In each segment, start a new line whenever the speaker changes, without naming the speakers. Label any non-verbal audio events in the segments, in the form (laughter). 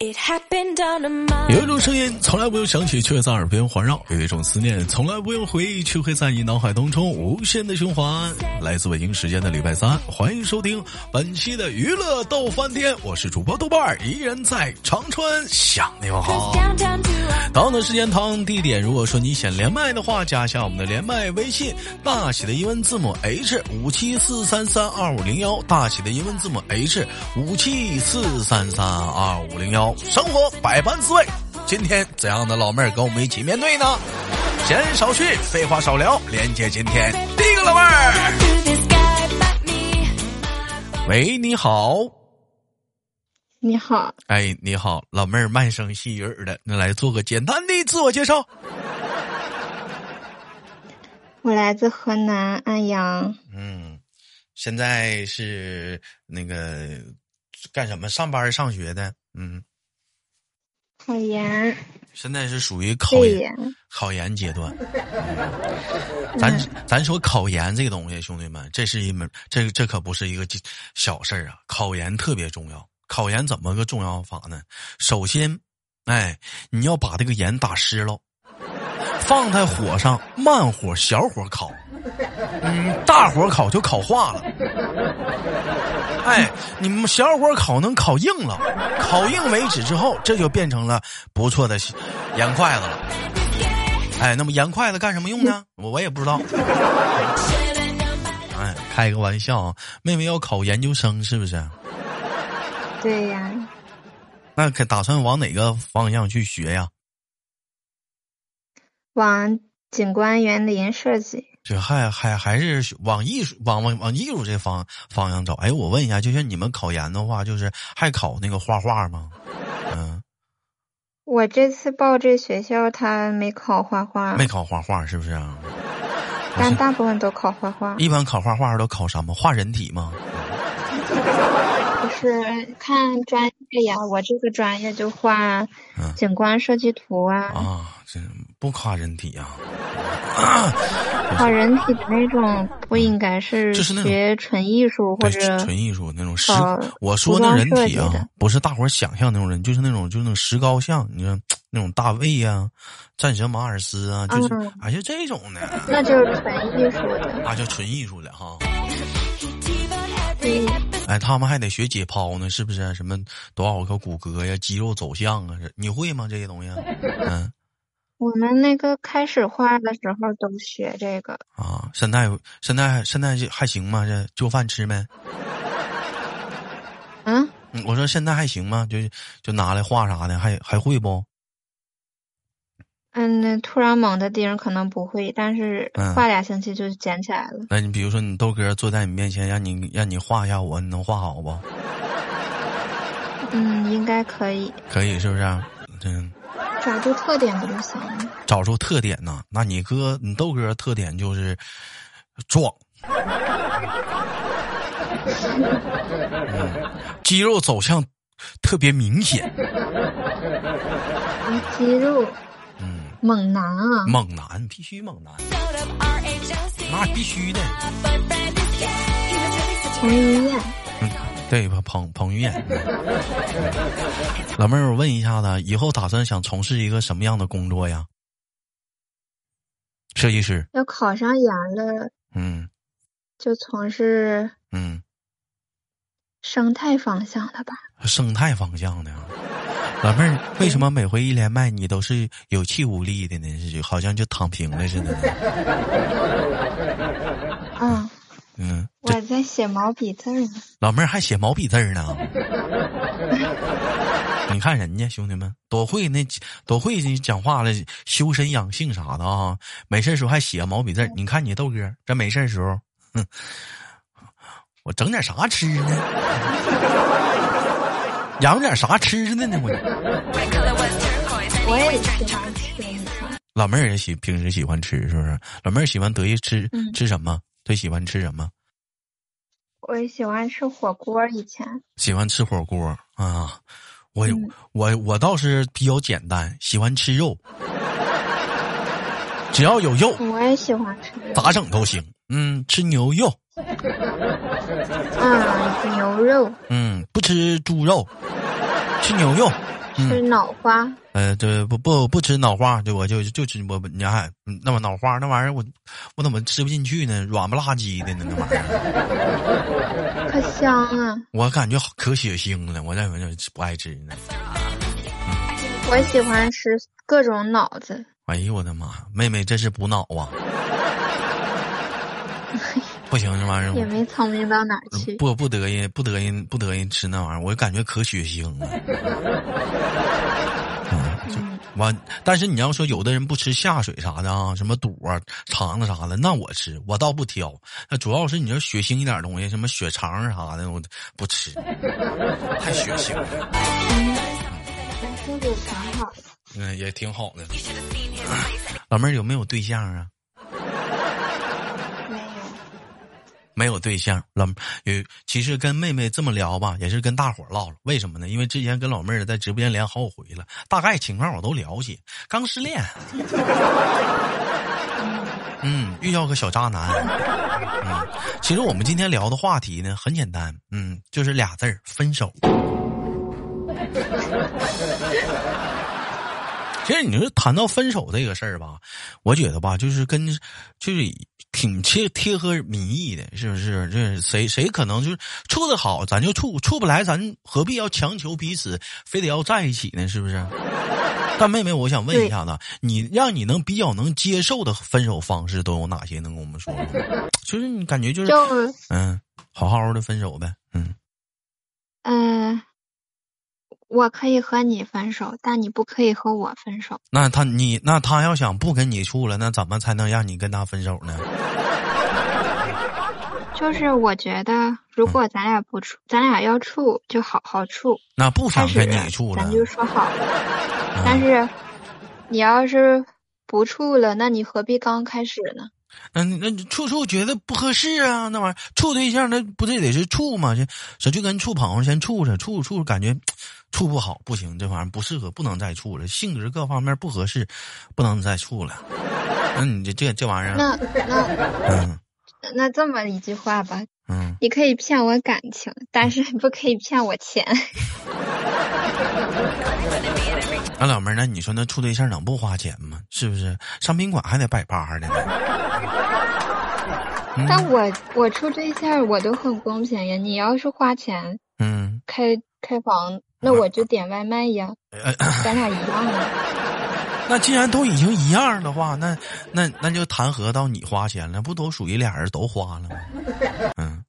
有一种声音从来不用想起，却会在耳边环绕；有一种思念从来不用回忆，却会在你脑海当中无限的循环。来自北京时间的礼拜三，欢迎收听本期的娱乐逗翻天，我是主播豆瓣儿，依然在长春向你们好。同样的时间、同样地点，如果说你想连麦的话，加一下我们的连麦微信，大写的英文字母 H 五七四三三二五零幺，大写的英文字母 H 五七四三三二五零幺。生活百般滋味，今天怎样的老妹儿跟我们一起面对呢？闲言少叙，废话少聊，连接今天第一个老妹儿。喂，你好，
你好，
哎，你好，老妹儿慢声细语儿的，那来做个简单的自我介绍。
我来自河南安阳，
嗯，现在是那个干什么？上班儿上学的？嗯，
考研、
现在是属于考
肺
研
炎，
考研阶段。嗯咱咱说考研这个东西，兄弟们，这是一门这这可不是一个小事儿啊！考研特别重要。考研怎么个重要法呢？首先，哎，你要把这个盐打湿喽，放在火上，慢火、小火烤。嗯，大火烤就烤化了。哎，你们小火烤能烤硬了，烤硬为止之后，这就变成了不错的盐筷子了。哎，那么盐筷子干什么用呢？我我也不知道。哎，开个玩笑啊，妹妹要考研究生是不是？
对呀，
那可打算往哪个方向去学呀？
往景观园林设计。
这还还还是往艺术往往往艺术这方方向走。哎，我问一下，就是你们考研的话，就是还考那个画画吗？嗯，
我这次报这学校，他没考画画，
没考画画是不是啊？
但大部分都考画画。
一般考画画都考什么？画人体吗？
就是看专业呀，我这个专业就画
嗯
景观设计图啊，
啊，这不夸人体啊。
画人体的那种，不应该是
嗯就是那种
学纯艺术或
对，
者
纯艺术那种石
搞，
我
服
说那
装
人
设
体
计
啊
的，
不是大伙儿想象那种人，就是那种就是那种石膏像，你看那种大卫呀、战神马尔斯啊，就是
嗯
啊就这种的，
那就是纯艺术的。
啊就纯艺术了哈。
对，
哎，他们还得学解剖呢，是不是？什么多少个骨骼呀，肌肉走向啊，是你会吗？这些东西？嗯
我们那个开始画的时候都学这个，
啊，现在现在现在还行吗？这就饭吃没？
嗯，
嗯我说现在还行吗？就就拿来画啥的，还还会不？
嗯，那突然猛地盯可能不会，但是
嗯
画俩星期就捡起来了。
那你比如说，你豆哥坐在你面前，让你让你画一下我，你能画好不？
嗯，应该可以，
可以是不是啊？嗯，
找出特点不就行了？
找出特点呐。那你哥，你豆哥特点就是壮，嗯，肌肉走向特别明显，
嗯肌肉
嗯，
猛男啊，
猛男必须猛男，那必须的。
彭于晏，
嗯，对吧？彭彭于晏，嗯老妹儿，我问一下子，以后打算想从事一个什么样的工作呀？设计师，
要考上研了，
嗯
就从事
嗯，
生态方向的吧？
生态方向的啊。老妹儿，为什么每回一连麦你都是有气无力的呢？是好像就躺平了似的呢。
啊，
嗯，这
我在写毛笔字儿呢。
老妹儿还写毛笔字儿呢。 (laughs) 你看人家兄弟们多会那多会那讲话了，修身养性啥的啊！没事儿时候还写毛笔字儿。你看你豆哥，这没事儿时候，哼，我整点啥吃呢？ (laughs) 养点啥吃的呢？我
我也喜欢吃那个
老妹儿也喜平时喜欢吃，是不是？老妹儿喜欢得意吃、
嗯
吃什么？最喜欢吃什么？
我喜欢吃火锅，以前
喜欢吃火锅啊，我、
嗯
我我倒是比较简单，喜欢吃肉，只要有肉
我也喜欢吃肉
咋整都行。嗯，吃牛肉，
啊，牛肉、
嗯，不吃猪肉，吃牛肉，
吃脑花。
呃，这不不不吃脑花，对我就就吃我你看，嗯那么脑花那玩意儿我我怎么吃不进去呢？软不拉几的呢那玩意儿，
可香啊！
我感觉好可血腥了，我在我就不爱吃呢。
我喜欢吃各种脑子，
哎呦我的妈，妹妹真是补脑
(laughs)
啊！不行，这玩意儿
也
我
没聪明到哪儿去。
嗯不不得意不得意不得意吃那玩意儿，我感觉可血腥
(laughs)
了。
嗯，
完，但是你要说有的人不吃下水啥的啊，什么肚啊、肠子啥的，那我吃，我倒不挑。那主要是你要血腥一点的东西，什么血肠啥的，我不吃，太血腥了。
这就挺好的。
嗯，也挺好的。老妹儿有没有对象啊？
没有，
没有对象，老妹儿有。其实跟妹妹这么聊吧，也是跟大伙儿唠了。为什么呢？因为之前跟老妹儿在直播间连好几回了，大概情况我都了解。刚失恋，嗯，遇到个小渣男。嗯，其实我们今天聊的话题呢很简单，嗯，就是俩字儿：分手。 (laughs) 其实你说谈到分手这个事儿吧，我觉得吧，就是跟就是挺贴贴合民意的，是不是？这谁谁可能就是处的好，咱就处；处不来，咱何必要强求彼此，非得要在一起呢？是不是？但妹妹，我想问一下子，你让你能比较能接受的分手方式都有哪些？能跟我们说说？就是你感觉就是
就
嗯，好好的分手呗，嗯，
嗯、呃，我可以和你分手，但你不可以和我分手。
那他你那他要想不跟你处了，那怎么才能让你跟他分手呢？
就是我觉得，如果咱俩不处，咱俩要处就好好处。
那不
开
想
始
跟你处了嗯
咱，就说好了。但是你要是不处了，那你何必刚开始呢？
嗯，那你处处觉得不合适啊，那玩意儿处对象那不这得是处吗？这这就跟处朋友先处着，处处感觉处不好，不行，这玩意儿不适合，不能再处了，性格各方面不合适，不能再处了。那你这这这玩意儿，
那那
嗯
那这么一句话吧，
嗯，
你可以骗我感情，但是不可以骗我钱。
那老妹儿，那你说那处对象能不花钱吗？是不是？上宾馆还得百八的呢。嗯
但我我处对象我都很公平呀，你要是花钱
嗯，
开开房，那我就点外卖呀，
呃，
咱俩一样啊。
那既然都已经一样的话，那那那就谈何到你花钱了？不都属于俩人都花了吗？嗯，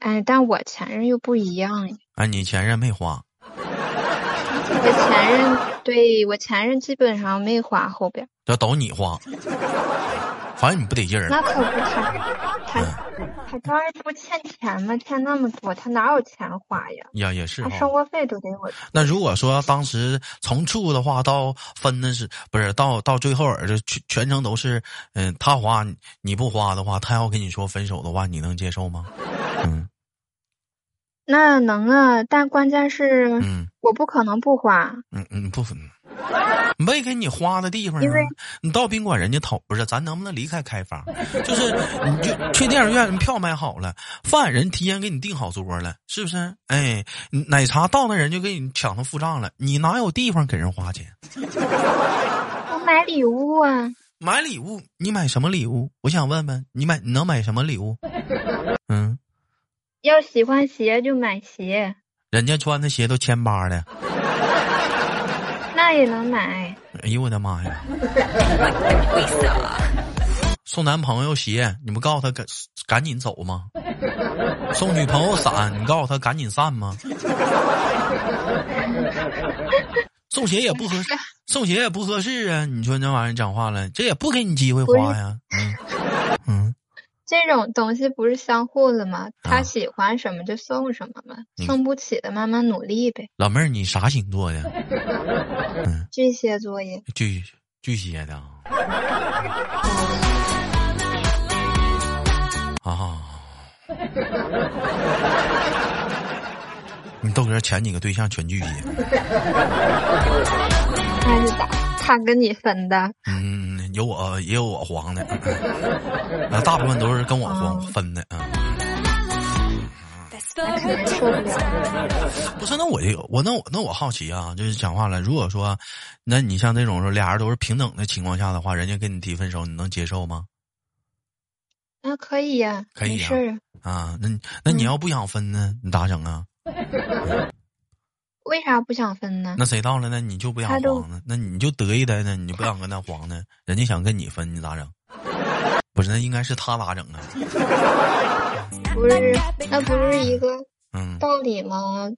哎，但我前任又不一样呀，
啊，你前任没花，
我前任对我前任基本上没花后边，
这都你花，反正你不得劲儿。
那可不他
嗯
他他当然不欠钱嘛，欠那么多，他哪有钱花呀？
呀，也是哦
他
哈。
生活费都得我出，
那如果说当时从处的话到分的是不是到到最后儿就全全程都是嗯、他花你你不花的话，他要跟你说分手的话，你能接受吗？嗯
那能啊，但关键是、
嗯
我不可能不花，
嗯嗯，不分。没给你花的地方啊
因为，
你到宾馆人家讨不是？咱能不能离开开房？就是你就去电影院，票买好了，饭人提前给你订好桌了，是不是？哎，奶茶到那人就给你抢着付账了，你哪有地方给人花钱？
我买礼物啊，
买礼物，你买什么礼物？我想问问，你买你能买什么礼物？嗯，
要喜欢鞋就买鞋，
人家穿的鞋都千八的，
那也能买。
哎呦我的妈呀！送男朋友鞋，你不告诉他赶赶紧走吗？送女朋友伞，你告诉他赶紧散吗？送鞋也不合适，送鞋也不合适啊！你说那玩意儿讲话了，这也不给你机会花呀。嗯嗯，
这种东西不是相互的吗？
啊
他喜欢什么就送什么嘛，
嗯
送不起的慢慢努力呗。
老妹儿，你啥星座的？
巨蟹座也，
巨巨蟹的啊？啊！ (laughs) 你豆哥前几个对象全巨蟹，啊
那是咋？他跟你分的，
嗯，有我也有我黄的， (laughs) 嗯嗯啊，大部分都是跟我黄
哦
分的啊。嗯
那肯定受不了。
不是，那我就我那我那我好奇啊，就是讲话了。如果说，那你像这种说俩人都是平等的情况下的话，人家跟你提分手，你能接受吗？
那可以呀、
可以
没
呀
事儿啊。
啊，那你那你
嗯
要不想分呢，你咋整啊？
为啥不想分呢？
那谁到了呢？你就不想
他都
黄呢？那你就得意的呢？你不想跟他黄呢？人家想跟你分，你咋整？不是，那应该是他咋整啊？
不是，那不是一个
嗯
道理吗？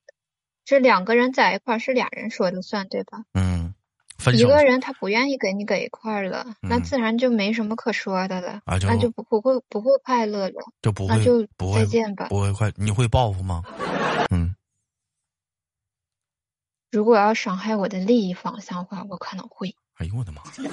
这两个人在一块儿是俩人说了算，对吧？
嗯，分
一
手
个人他不愿意跟你搁一块儿了，那
嗯
自然就没什么可说的了，
啊就
那就不不会不会快乐了，
就不
那
会
啊就
不
再
会
见吧。
不会快，你会报复吗？嗯，
如果要伤害我的利益方向的话，我可能会。
哎呦我的妈！
Deep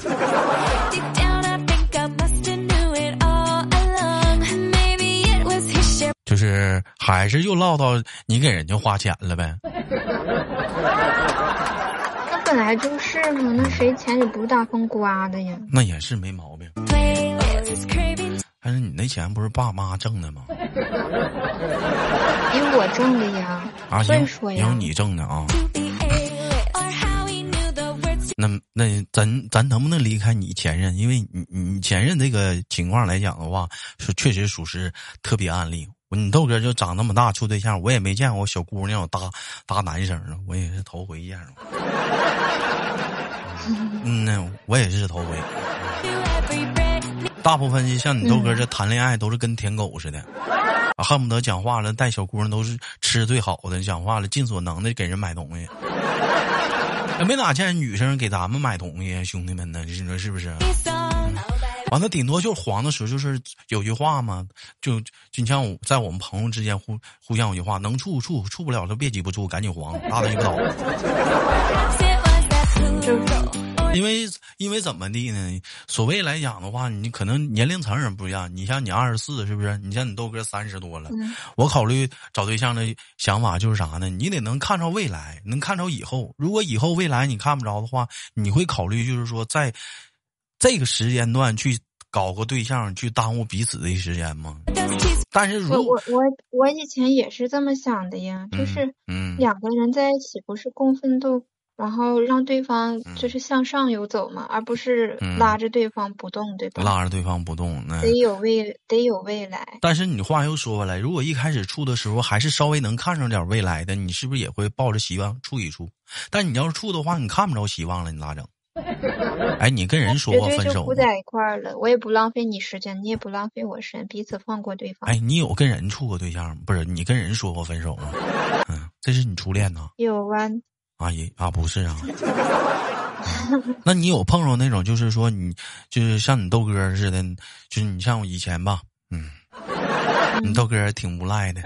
down, I think I must have knew it all along. Maybe it was his share.
就是还是又唠到你给人家花钱了呗？
那本来就是嘛，那谁钱也不是大风刮的呀。
那也是没毛病。
Playlist is craving
但是你那钱不是爸妈挣的吗？
因为我挣的呀，
啊，
所以
行，
说呀
有，你挣的啊。
to be A-list. Or how he knew the words
那那咱咱能不能离开你前任？因为你你前任这个情况来讲的话，是确实属实特别案例。你豆哥就长那么大处对象，我也没见过小姑娘有大大男生啊，我也是头回见着。 (laughs) 嗯呢，我也是头回。
to every breath.
大部分像你豆哥这谈恋爱都是跟舔狗似的，啊恨不得讲话了带小姑娘都是吃最好的，讲话了尽所能的给人买东西，也没哪见女生给咱们买东西，兄弟们呢，你说是不是？
His song. All that
完了，顶多就是黄的时候，就是有句话嘛，就就你像我在我们朋友之间互互相有句话，能处处处不了的别挤不住，赶紧黄，拉倒一不倒。
it was that's who.
因为因为怎么地呢？所谓来讲的话，你可能年龄层也不一样。你像你二十四，是不是？你像你豆哥三十多了。
嗯
我考虑找对象的想法就是啥呢？你得能看着未来，能看着以后。如果以后未来你看不着的话，你会考虑就是说，在这个时间段去搞个对象，去耽误彼此的时间吗？
Those cheese
但是
我
如
我我我以前也是这么想的呀，
嗯
就是
嗯
两个人在一起不是共奋斗，然后让对方就是向上游走嘛，而不是
嗯
拉着对方不动，对吧？
拉着对方不动，那
得有未得有未来，
但是你话又说回来，如果一开始处的时候还是稍微能看上点未来的，你是不是也会抱着希望处一处？但你要是处的话，你看不着希望了，你咋整？哎，你跟人说
绝
过
对
分
啊就
手
不
吗？
在一块儿了。我也不浪费你时间，你也不浪费我时间，彼此放过对方。
哎，你有跟人处过对象吗？不是，你跟人说过分手吗？嗯，这是你初恋呐，
有啊，
阿姨啊，不是啊。 (laughs) 那你有碰上那种就是说你就是像你豆哥似的，就是你像我以前吧，嗯，你豆哥挺无赖的。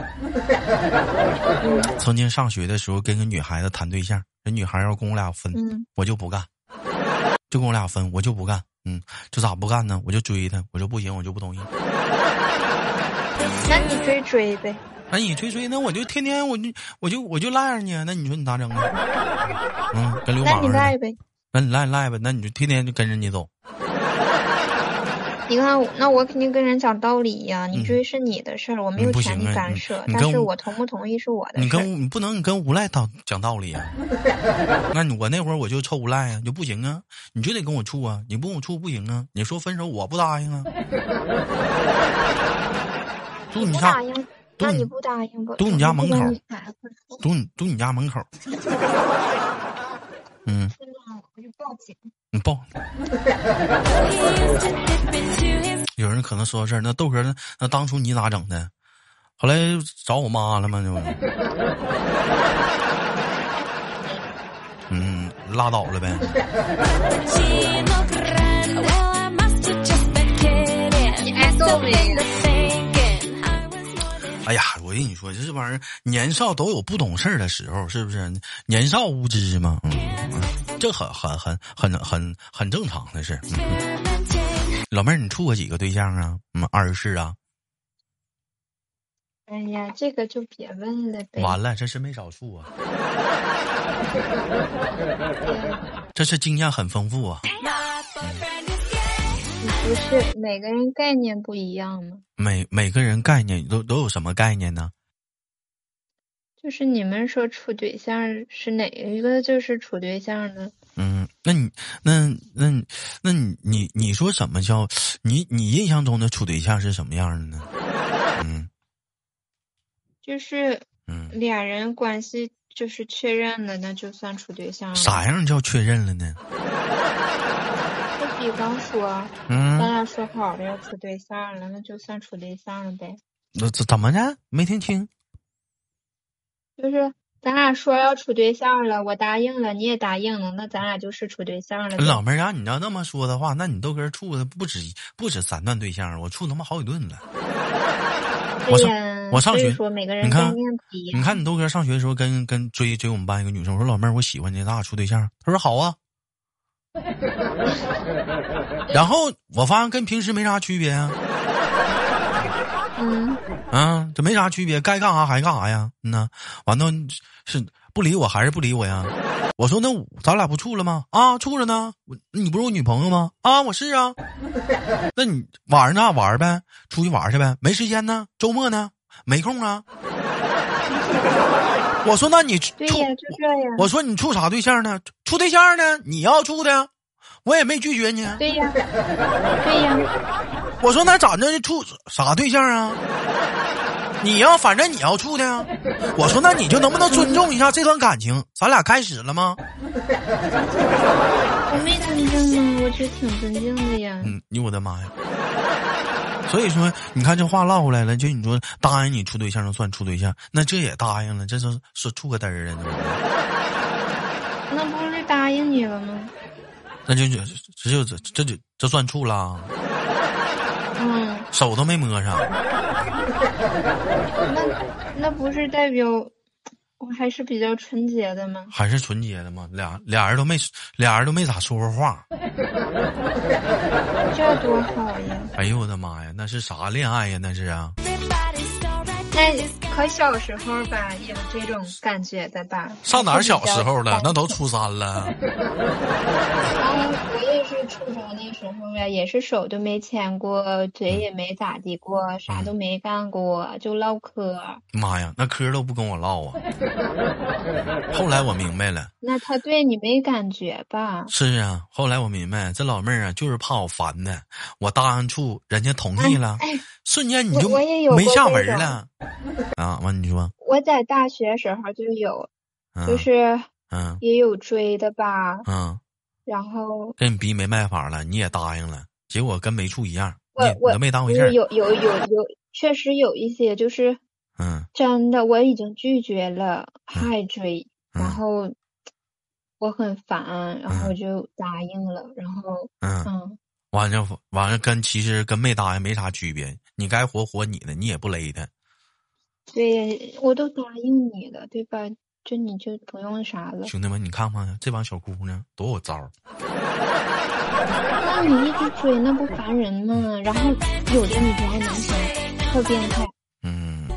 曾经上学的时候跟个女孩子谈对象，人女孩要跟我俩分，
嗯
我就不干，就跟我俩分，我就不干。嗯，就咋不干呢？我就追她，我就不行，我就不同意。
那你追追呗，
那你追追，那我就天天我就我就我就赖着你啊，那你说你咋整啊？嗯，跟流
那
氓
你
似的
赖。呗。
那你赖赖吧，那你就天天就跟着你走。
你看我，那我肯定跟人讲道理呀、你
嗯
追是你的事儿，我没
嗯
有
不
权
行
利
啊
干
你
涉，
你
但
跟
是
我
我同不同意是我的
你
事儿。
跟你不能跟无赖道讲道理
(laughs)
啊。那你我那会儿我就臭无赖啊，就不行啊，你就得跟我处啊，你不跟我处不行啊，你说分手我不答应
(laughs)
啊。堵你
不
家
答，应，
堵
那你
你
不答应吧？
堵你家门口
你咋回事
堵你堵你家门口。嗯，
呢我就报警。
你报。
he used to dip into his
有人可能说到这儿，那豆哥呢？那当初你咋整的？后来找我妈了吗？
(laughs)
就，嗯，拉倒了呗。
chino grande. Well, I must have just been kidding. Must have
哎
been the thinking. I was more than
哎呀，我跟你说，这玩意儿年少都有不懂事儿的时候，是不是？年少无知嘛，嗯，嗯这很很很很很很正常的事。嗯、
experimenting.
老妹儿，你处过几个对象啊？嗯，二十啊？
哎呀，这个就别问了呗。
完了，这是没少处啊， (laughs) 这是经验很丰富啊。
My boyfriend is gay.
不是每个人概念不一样吗？
每每个人概念都都有什么概念呢？
就是你们说处对象是哪一个就是处对象呢？
嗯，那你那那你那你你你说什么叫你你印象中的处对象是什么样的呢？嗯
就是
嗯，
俩人关系就是确认了，那就算处对象了。
啥样叫确认了呢？
就比方说，咱
嗯，
俩说好了要处对象了，那就算处对象了呗。
那怎怎么着？没听清。
就是咱俩说要处对象了，我答应了，你也答应了，那咱俩就是处哎对象了呗。
老妹儿啊，你要那么说的话，那你豆哥处的不止不止三段对象，我处他妈好几顿了。我
对
上
呀，
我上
所以
学
说每个
你
人
看嗯
概念不一样。
你看你豆哥上学的时候跟跟追追我们班一个女生，我说老妹儿我喜欢你，咱俩处对象。她说好
(laughs)
啊。然后我发现跟平时没啥区别啊，
嗯，
啊，这没啥区别，该干啥还干啥呀？嗯呐，完了是不理我还是不理我呀？我说那我咱俩不处了吗？啊，处了呢。我你不是我女朋友吗？啊，我是啊。那你玩儿呢？玩儿呗，出去玩儿去呗。没时间呢，周末呢，没空啊。我说那你处
对呀，就这样。
我说你处啥对象呢？处对象呢？你要处的，我也没拒绝你。啊
对呀，对呀，
我说那咋的？处啥对象啊？你要反正你要处的呀。我说那你就能不能尊重一下这段感情？咱俩开始了吗？
我没尊敬吗？我觉得挺尊敬的呀。
嗯，你我的妈呀！所以说，你看这话唠回来了，就你说答应你处对象就算处对象，那这也答应了，这是是处个嘚儿啊，
那不是答应你了吗？
那就这这就这这就这算处了，
嗯，
手都没摸上。
那那不是代表我还是比较纯洁的吗？
还是纯洁的嘛，俩俩人都没俩人都没咋说过话。
这多好呀！
哎呦我的妈呀，那是啥恋爱呀？那是啊，
那可小时候吧，有这种感觉的吧？
上哪儿小时候了？
还是比较
那都初三了。 (laughs)
哎，我也是初中那时候呀，也是手都没牵过，嘴也没咋地过，啥都没干过，就唠嗑。
妈呀，那嗑都不跟我唠啊。后来我明白了，
那他对你没感觉吧？
是啊，后来我明白，这老妹儿啊，就是怕我烦的。我答应处，人家同意了，
哎，
瞬间你就
我我也有过
没下文
这
了。啊，完你说，
我在大学时候就有，
嗯、
就是
嗯
也有追的吧，
嗯，
然后
跟你逼没办法了，你也答应了，结果跟没处一样，
我
你也
我
你都没当回
就
事儿
是。有有有有，确实有一些就是
嗯
真的我已经拒绝了，还追，然
嗯
后我很烦，然后
嗯
就答应了，然后
嗯。
嗯，
完了，完了，跟其实跟没答应没啥区别。你该活活你的，你也不勒他。
对，我都答应你了，对吧？这你就不用啥了，
兄弟们，你看看这帮小姑娘多有招儿
那你一直追，那不烦人吗？然后有的女生还男生特变态。
嗯，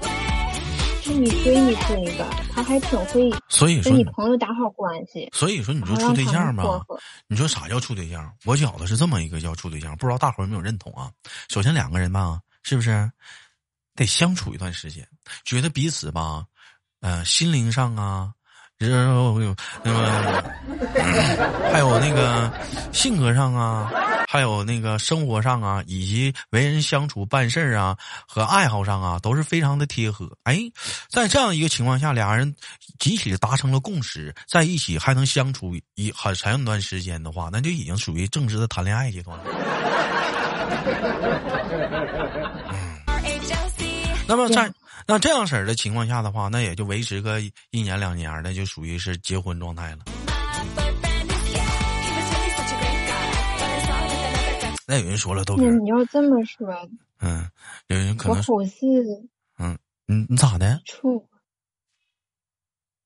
是你追你追的，他还挺会
所以说
跟
你
你，朋友打好关系，
所以说你
然
说
后
处
让
对
他
象
们撮
吧，
合。
你说啥叫处对象？我觉得是这么一个叫处对象，不知道大伙儿有没有认同啊？首先两个人吧，是不是得相处一段时间，觉得彼此吧，呃，心灵上啊，然后有那么、还有那个性格上啊，还有那个生活上啊，以及为人相处、办事儿啊和爱好上啊，都是非常的贴合。哎，在这样一个情况下，俩人集体达成了共识，在一起还能相处一很长一段时间的话，那就已经属于正式的谈恋爱阶段了。那么在那这样式儿的情况下的话，那也就维持个一一年两年儿的，就属于是结婚状态了。那有人说了，豆哥
那，你要这么说，
嗯，有人可
我
能说，
好似
嗯，你咋的？
处，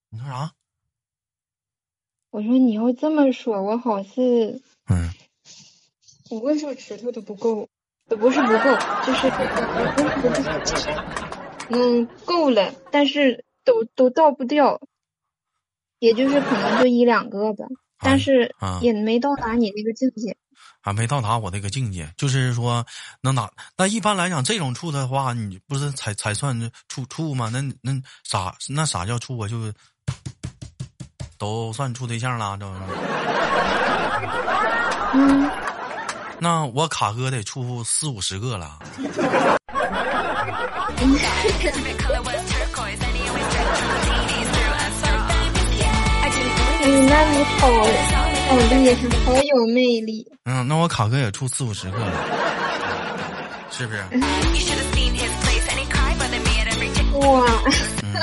你说啥？
我说你要这么说，我好似
嗯，
五个手指头都不够，呃不是不够，就是不是不够，嗯，够了，但是都都到不掉，也就是可能就一两个吧，
哎
但是
啊
也没到达你那个境界。
还啊没到达我这个境界。就是说，那哪那一般来讲，这种处的话，你不是才才算处处吗？那那啥那啥叫处啊？就是都算处对象了，这玩意儿
嗯，
那我卡哥得处四五十个了。
哎，那你好好厉害，好有魅力。
嗯，那我卡哥也处四五十个了，是不是？
哇， (laughs)
嗯，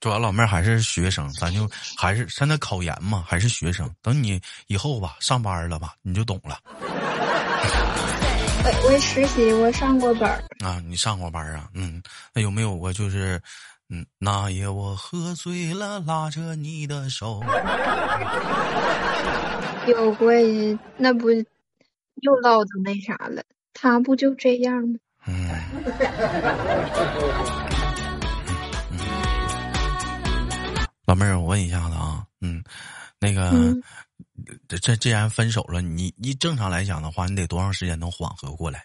主要老妹儿还是学生，咱就还是现在考研嘛，还是学生。等你以后吧，上班了吧，你就懂了
我我实习，我上过班儿，
啊。你上过班啊？嗯，那有没有过就是，嗯，那夜我喝醉了，拉着你的手，
有过一，那不又唠叨那啥了？他不就这样吗？
嗯。 (laughs) 老妹儿，我问一下子啊，嗯，那个，
嗯
这这既然分手了，你一正常来讲的话，你得多长时间能缓和过来？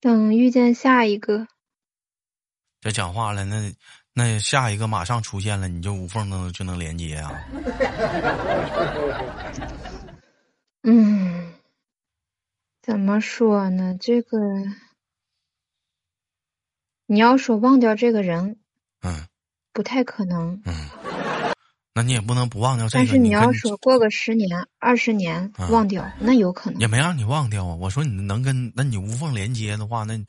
等遇见下一个，
这讲话了，那那下一个马上出现了，你就无缝的就能连接啊？
嗯，怎么说呢？这个你要说忘掉这个人，
嗯
不太可能。
嗯，那你也不能不忘掉这个。
但是你要
跟
说过个十年、二十年
啊
忘掉，那有可能。
也没让你忘掉啊。我说你能跟，那你无缝连接的话，那你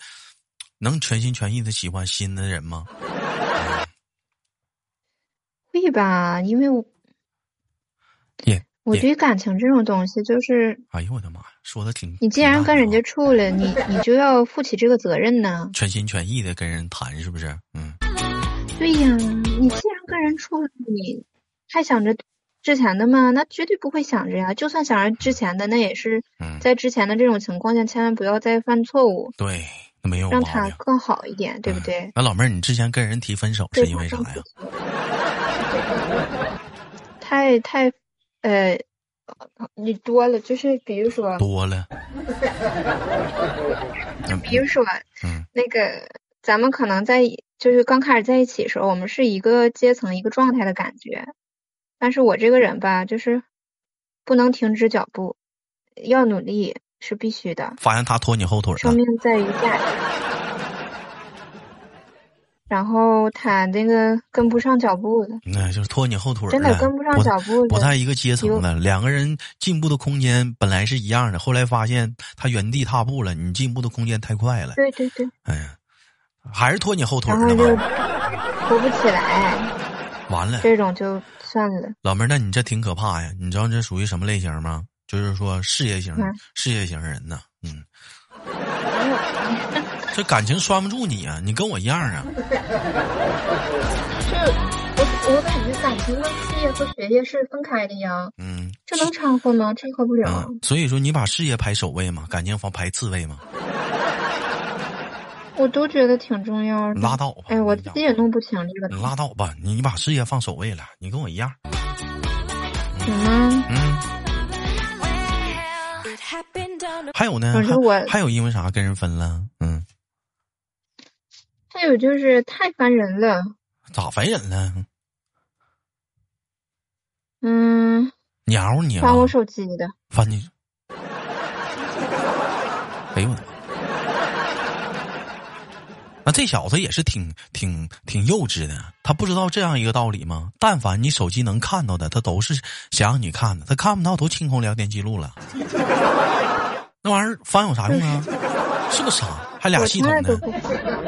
能全心全意的喜欢新的人吗？
会吧？因为我
也
我
也
对于感情这种东西，就是
哎呦我的妈呀，说的挺
你既然跟人家
挺大
处了，你你就要负起这个责任呢
的啊。全心全意的跟人谈，是不是？嗯，
对呀，你既然跟人处了，你还想着之前的吗？那绝对不会想着呀。就算想着之前的，那也是
嗯
在之前的这种情况下，千万不要再犯错误，
对，那没有毛
让
病，啊
他更好一点，对不
嗯
对？
那老妹儿，你之前跟人提分手是
对
因
他
为啥
更
呀？
负责太太，呃，你多了，就是比如说，
多
(laughs)
了，嗯
比如说，
嗯
那个咱们可能在一就是刚开始在一起的时候，我们是一个阶层、一个状态的感觉。但是我这个人吧，就是不能停止脚步，要努力是必须的。
发现他拖你后腿了
生。命在于价值。然后他那个跟不上脚步了，
那嗯就是哎拖你后腿儿
真的
了
跟不上
不
脚步
不
了。
在一个阶层了。两个人进步的空间本来是一样的，后来发现他原地踏步了，你进步的空间太快了。
对对对，
哎呀，还是拖你后腿
然
儿
后
了
就
吗？
活不起来，
完了，
这种就算了。
老妹儿，那你这挺可怕呀！你知道这属于什么类型吗？就是说事业型、
嗯
事业型人呢。
(laughs)
嗯，这感情拴不住你啊！你跟我一样啊。
这我我感觉感情跟事业和学业是分开的呀，
嗯，
这能掺和吗？掺和不了。
啊，所以说你把事业排首位嘛，感情房排次位嘛，
我都觉得挺重要的。
拉倒吧
哎，我
你
自
讲
己也弄不清这个
你
东西。
拉倒吧，你你把事业放首位了，你跟我一样。
行吗？
嗯。 (laughs) 还有呢？
可是
还
我
还有因为啥跟人分了？嗯，
还有就是太烦人了，
咋烦人了？
嗯，
鸟你啊
翻！我手机的，
烦你！哎呦我的妈！那这小子也是挺挺挺幼稚的，他不知道这样一个道理吗？但凡你手机能看到的，他都是想让你看的，他看不到都清空聊天记录了。 (laughs) 那玩意儿翻有啥用啊？是不是傻？还俩
我
系
从
统
来都
呢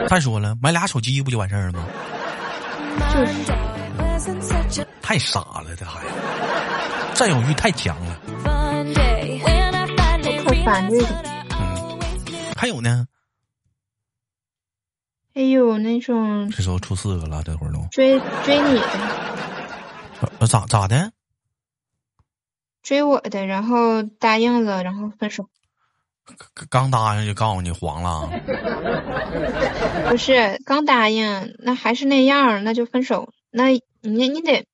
不？
再说了，买俩手机不就完事儿了吗？太傻了，这孩子， (laughs) 占有欲太强了。还有呢，
还有哎那种
这时候出四个了，这会儿都
追追你的、
呃咋咋的？
追我的，然后答应了，然后分手，
刚刚答应就告诉你黄了，
不是刚答应，那还是那样儿，那就分手，那你你得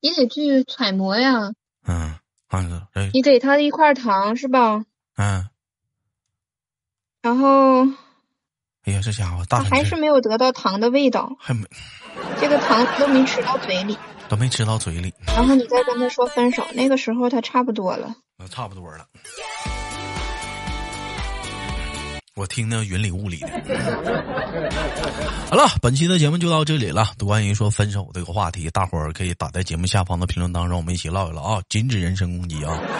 你得去揣摩呀。
嗯，汉子，这
你给他一块糖是吧？
嗯，
然后
哎呀，这家伙大
他
狠
啊还
劲
是
儿
没有得到糖的味道，
还没
这个糖都没吃到嘴里。
都没吃到嘴里，
然后你再跟他说分手，那个时候他差不多了。
那差不多了。我听得云里雾里的。好了，本期的节目就到这里了。关于说分手这个话题，大伙儿可以打在节目下方的评论当中，我们一起唠一唠啊，禁止人身攻击啊。 (laughs)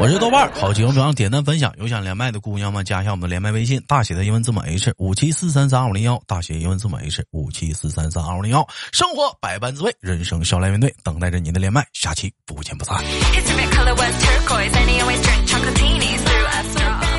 我是豆瓣儿，好节目不要点赞分享。有想连麦的姑娘们，加一下我们的连麦微信，大写的英文字母 H 五七四三三二五零幺，大写英文字母 H 五七四三三二五零幺。生活百般滋味，人生笑来面对，等待着您的连麦，下期不见不散。
His favorite color was turquoise, and he always drank chocolatinis through a straw.